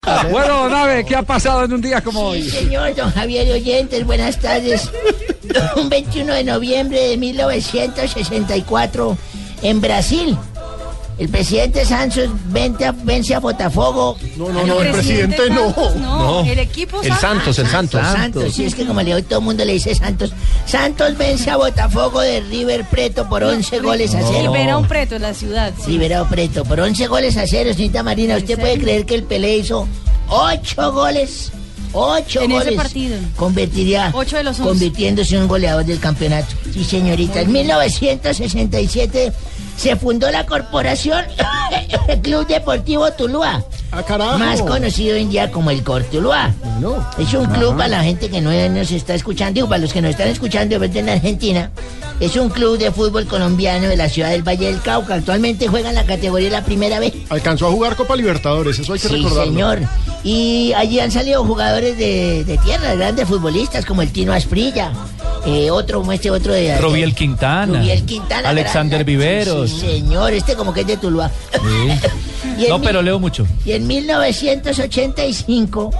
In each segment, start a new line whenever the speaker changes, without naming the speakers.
Bueno, don Abe, ¿qué ha pasado en un día como
Sí,
hoy?
señor, don Javier Oyentes, buenas tardes. Un 21 de noviembre de 1964, en Brasil, el presidente Santos vence a, vence a Botafogo.
No, no, no, el presidente no.
Santos, no. El equipo
El Santos, el Santos.
Santos, sí, es que como le hoy todo el mundo le dice Santos. Santos vence a Botafogo de River Preto por 11 goles a
El
cero.
Verón Preto, la ciudad. sí.
Liberado Preto, por 11 goles a cero, señorita Marina. ¿Usted puede creer que el Pelé hizo 8 goles? 8
En ese
goles.
partido.
Convertiría.
Ocho de los once.
Convirtiéndose en un goleador del campeonato. Sí, señorita. En 1967 se fundó la corporación Club Deportivo Tuluá.
Ah, carajo.
Más conocido hoy en día como el Cortuluá.
Bueno.
Es un club para la gente que no nos está escuchando, digo, para los que nos están escuchando de repente en Argentina. Es un club de fútbol colombiano de la ciudad del Valle del Cauca. Actualmente juega en la categoría de la primera vez.
Alcanzó a jugar Copa Libertadores, eso hay que
Sí,
recordarlo.
señor. Y allí han salido jugadores de, de tierra, grandes futbolistas como el Tino Asprilla, eh, otro como este otro de...
Robiel
de-
Quintana.
Rubiel Quintana.
Alexander
gran-
Viveros.
Sí, señor, este como que es de Tuluá. Y en
No,
mi-
pero leo mucho.
y en 1985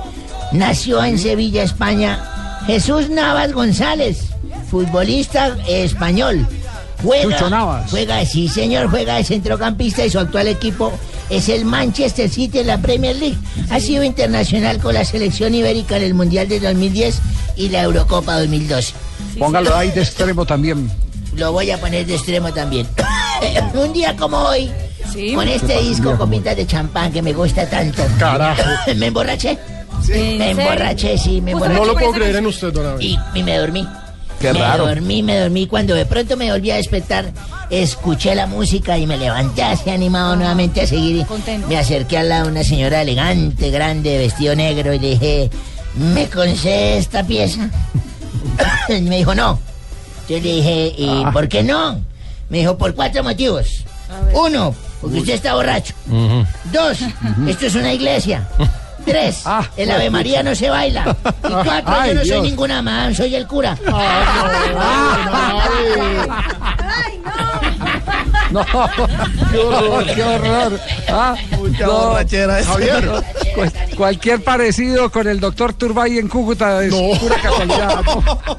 nació en Sevilla, España, Jesús Navas González, futbolista español. Juega,
Chucho Navas.
Juega, sí señor, juega de centrocampista y su actual equipo es el Manchester City en la Premier League. Ha sido internacional con la selección ibérica en el Mundial de 2010 y la Eurocopa 2012.
Póngalo ahí de extremo también.
Lo voy a poner de extremo también. Un día como hoy,
Sí.
con este disco Copitas de Champán que me gusta tanto.
Carajo.
me emborraché.
¿En
Me
serio? Pues
emborraché, sí, me
Justo
emborraché.
No lo
Por
puedo
esa
creer en
razón.
usted, don Abel.
Y, y me dormí.
Qué
me
raro.
dormí, me dormí. Cuando de pronto me volví a despertar, escuché la música y me levanté así animado nuevamente a seguir. Y
Contento.
Me acerqué al lado de una señora elegante, grande, de vestido negro y le dije, ¿me concede esta pieza? y me dijo, no. Yo le dije, ¿y
Ah.
por qué no? Me dijo, por cuatro motivos. Uno, porque usted está borracho. Dos, esto es una iglesia. Tres,
Ah,
el Ave María no se baila. Y cuatro,
Ay,
yo no
Dios.
soy ninguna madame, soy el cura.
No, qué horror, qué horror. Ah, no,
Javier,
cual- cualquier parecido con el doctor Turbay en Cúcuta es
No.
pura casualidad.